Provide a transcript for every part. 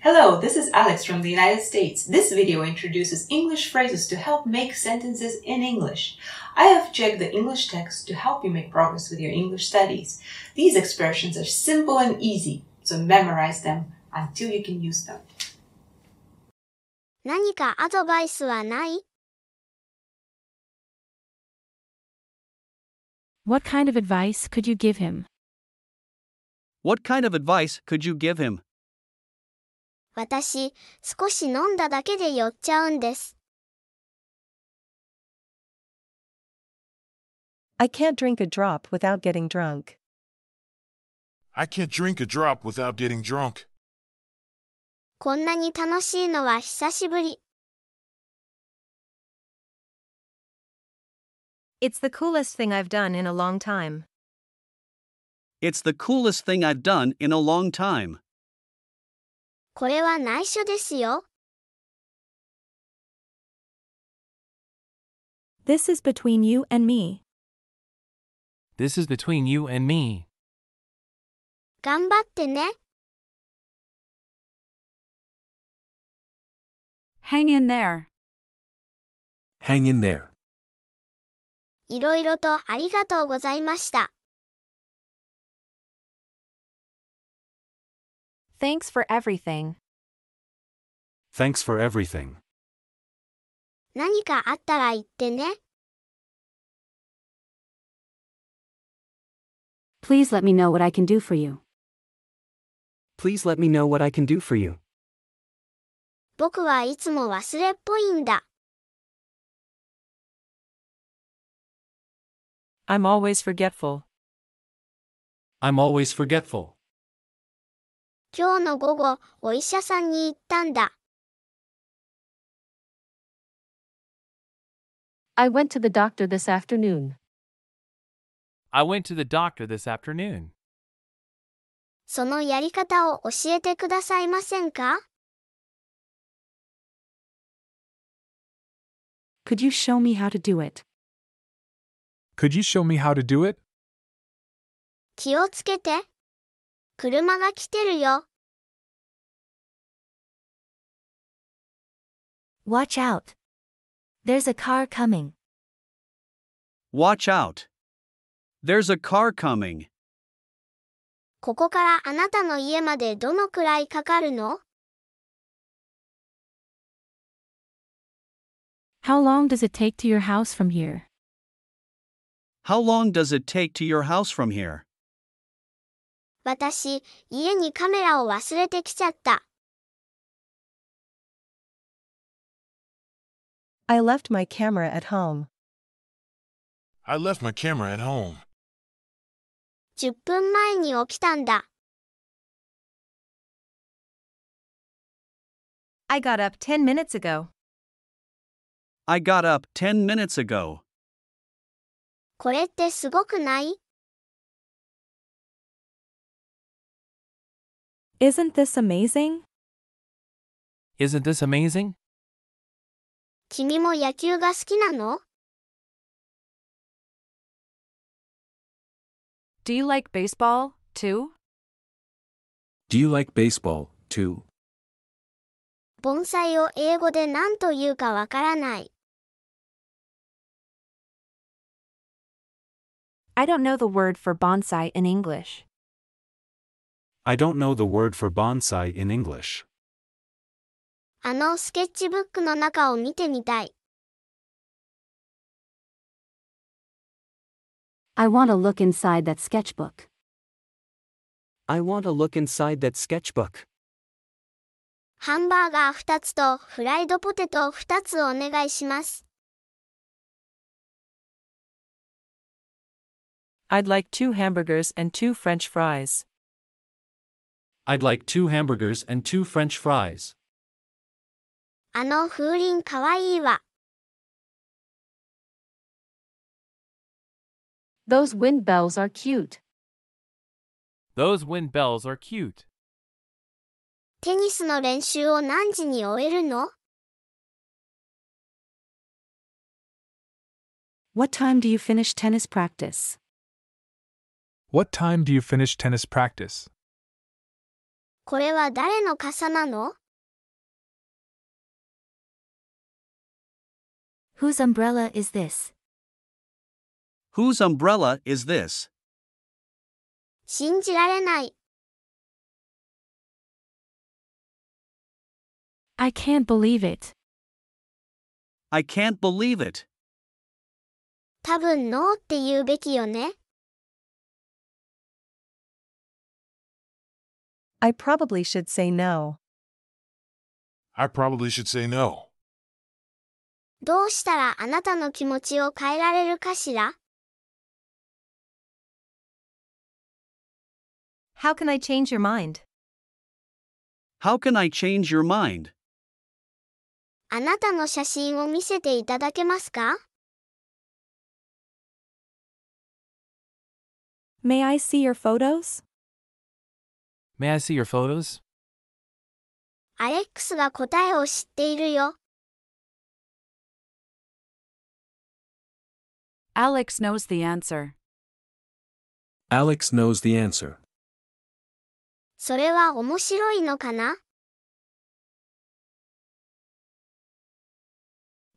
Hello, this is Alex from the United States. This video introduces English phrases to help make sentences in English. I have checked the English text to help you make progress with your English studies. These expressions are simple and easy, so memorize them until you can use them. 何かアドバイスはない What kind of advice could you give him? What kind of advice could you give him? 私、少し飲んだだけで酔っちゃうんです。 I can't drink a drop without getting drunk. I can't drink a drop without getting drunk. こんなに楽しいのは久しぶり。 It's the coolest thing I've done in a long time. It's the coolest thing I've done in a long time. これは内緒ですよ。 This is between you and me. This is between you and me. 頑張ってね。 Hang in there. Hang in there. いろいろとありがとうございました。 Thanks for everything. Thanks for everything. 何かあったら言ってね。 Please let me know what I can do for you. Please let me know what I can do for you. 僕はいつも忘れっぽいんだ。 I'm always forgetful. I'm always forgetful. 今日の午後、お医者さんに行ったんだ。 I went to the doctor this afternoon. I went to the doctor this afternoon. そのやり方を教えてくださいませんか Could you show me how to do it? Could you show me how to do it? 気をつけて。車が来てるよ。 Watch out. There's a car coming. Watch out. There's a car coming. ここからあなたの家までどのくらいかかるの How long does it take to your house from here? How long does it take to your house from here? 私、家にカメラを忘れてきちゃった。 I left my camera at home. I left my camera at home. 10分前に起きたんだ。 I got up 10 minutes ago. I got up 10 minutes ago. これってすごくない Isn't this amazing? Isn't this amazing? 君も野球が好きなの Do you like baseball, too? Do you like baseball, too? 盆栽を英語で何と言うかわからない。 I don't know the word for bonsai in English. I don't know the word for bonsai in English. あのスケッチブックの中を見てみたい。 I want to look inside that sketchbook. I want to look inside that sketchbook. ハンバーガー2つとフライドポテト2つお願いします。 I'd like two hamburgers and two french fries. I'd like two hamburgers and two french fries. あの風鈴かわいいわ。 Those wind bells are cute. Those wind bells are cute. テニスの練習を何時に終えるの What time do you finish tennis practice? What time do you finish tennis practice? これは誰の傘なの Whose umbrella is this? Whose umbrella is this? 信じられない。 I can't believe it. I can't believe it. 多分ノーって言うべきよね。 I probably should say no. I probably should say no. どうしたらあなたの気持ちを変えられるかしら How can I change your mind? How can I change your mind? あなたの写真を見せていただけますか May I see your photos? May I see your photos? アレックスが答えを知っているよ。 Alex knows the answer. Alex knows the answer. それは面白いのかな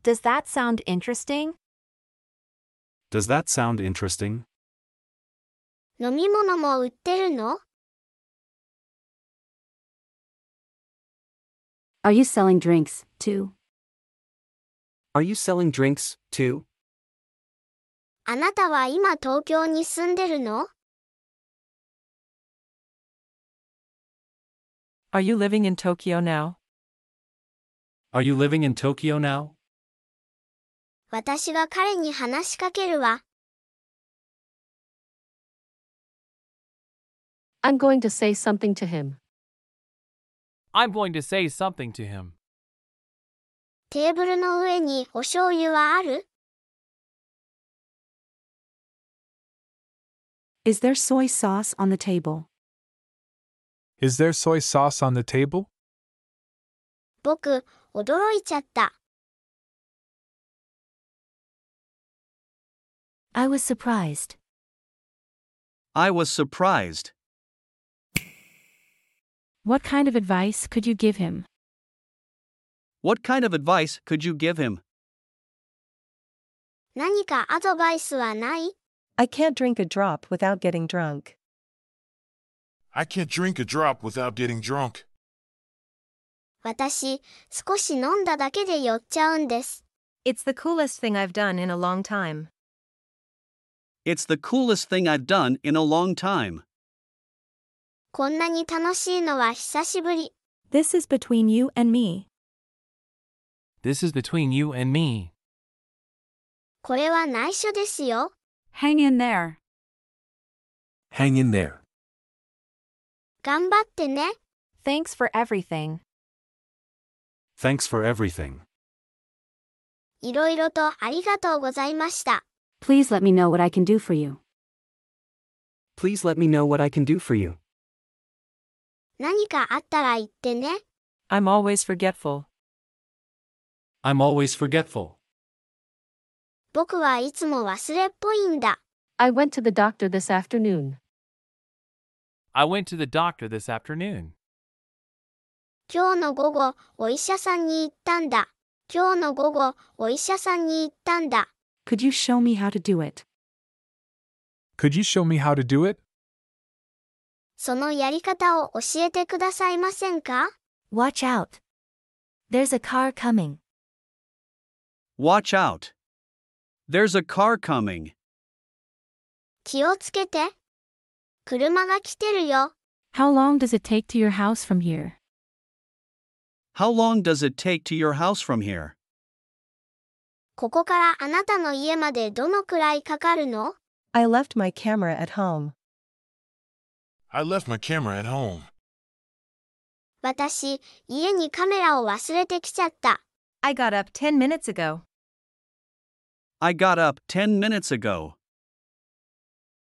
Does that sound interesting? Does that sound interesting? 飲み物も売ってるの Are you selling drinks, too? Are you selling drinks, too? あなたは今東京に住んでるの Are you living in Tokyo now? Are you living in Tokyo now? 私が彼に話しかけるわ。 I'm going to say something to him. I'm going to say something to him. テーブルの上にお醤油はある Is there soy sauce on the table? Is there soy sauce on the table? 僕、驚いちゃった。 I was surprised. I was surprised. What kind of advice could you give him? What kind of advice could you give him? 何かアドバイスはない I can't drink a drop without getting drunk. I can't drink a drop without getting drunk. 私、少し飲んだだけで酔っちゃうんです。 It's the coolest thing I've done in a long time. It's the coolest thing I've done in a long time. こんなに楽しいのは久しぶり。 This is between you and me. This is between you and me. これは内緒ですよ。 Hang in there. Hang in there. 頑張ってね。 Thanks for everything. Thanks for everything. いろいろとありがとうございました。 Please let me know what I can do for you. Please let me know what I can do for you. 何かあったら言ってね。 I'm always forgetful. I'm always forgetful. 僕はいつも忘れっぽいんだ。 I went to the doctor this afternoon. I went to the doctor this afternoon. 今日の午後、お医者さんに行ったんだ。今日の午後、お医者さんに行ったんだ。 Could you show me how to do it? Could you show me how to do it? そのやり方を教えてくださいませんか Watch out. There's a car coming. Watch out. There's a car coming. 気をつけて。車が来てるよ。 How long does it take to your house from here? How long does it take to your house from here? ここからあなたの家までどのくらいかかるの I left my camera at home. I left my camera at home. 私、家にカメラを忘れてきちゃった。 I got up 10 minutes ago. I got up 10 minutes ago.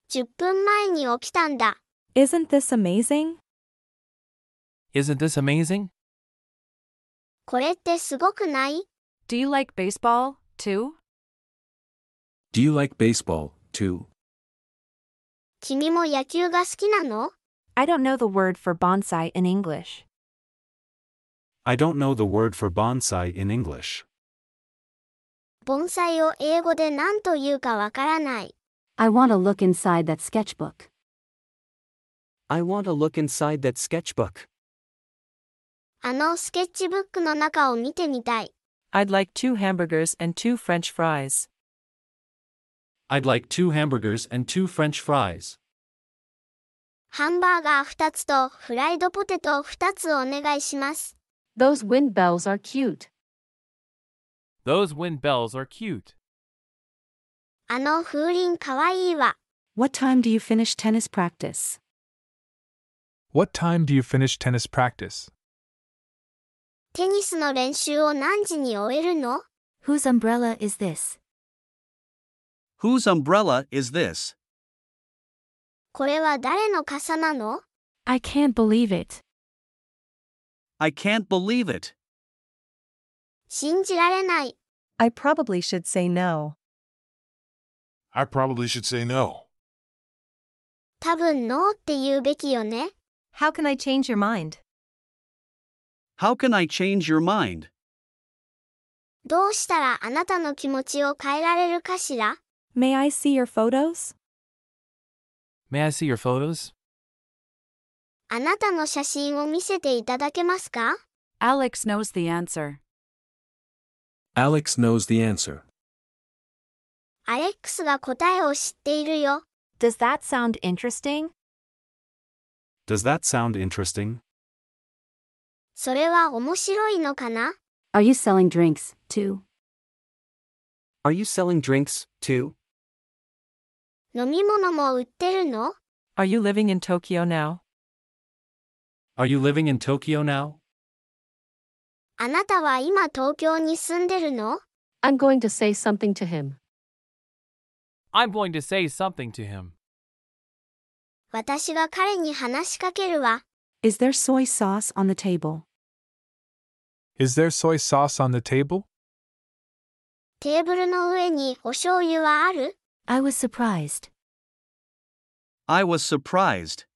10分前に起きたんだ。 Isn't this amazing? Isn't this amazing? これってすごくない Do you like baseball, too? Do you like baseball, too? 君も野球が好きなの I don't know the word for bonsai in English. I don't know the word for bonsai in English. 盆栽を英語で何というかわからない。 I want to look inside that sketchbook. I want to look inside that sketchbook. あのスケッチブックの中を見てみたい。 I'd like two hamburgers and two French fries. I'd like two hamburgers and two French fries. ハンバーガー2つとフライドポテト2つお願いします。 Those wind bells are cute. Those wind bells are cute. あの風鈴かわいいわ。 What time do you finish tennis practice? What time do you finish tennis practice? テニスの練習を何時に終えるの Whose umbrella is this? Whose umbrella is this? これは誰の傘なの I can't believe it. I can't believe it. 信じられない。 I probably should say no. I probably should say no. 多分ノーって言うべきよね。 How can I change your mind? How can I change your mind? どうしたらあなたの気持ちを変えられるかしら May I see your photos? May I see your photos? あなたの写真を見せていただけますか Alex knows the answer. Alex knows the answer. アレックスが答えを知っているよ。 Does that sound interesting? Does that sound interesting? それは面白いのかな Are you selling drinks, too? Are you selling drinks, too? 飲み物も売ってるの Are you living in Tokyo now? Are you living in Tokyo now? あなたは今東京に住んでるの I'm going to say something to him. I'm going to say something to him. 私が彼に話しかけるわ。 Is there soy sauce on the table? Is there soy sauce on the table? テーブルの上にお醤油はある I was surprised. I was surprised.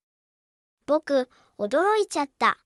僕、驚いちゃった。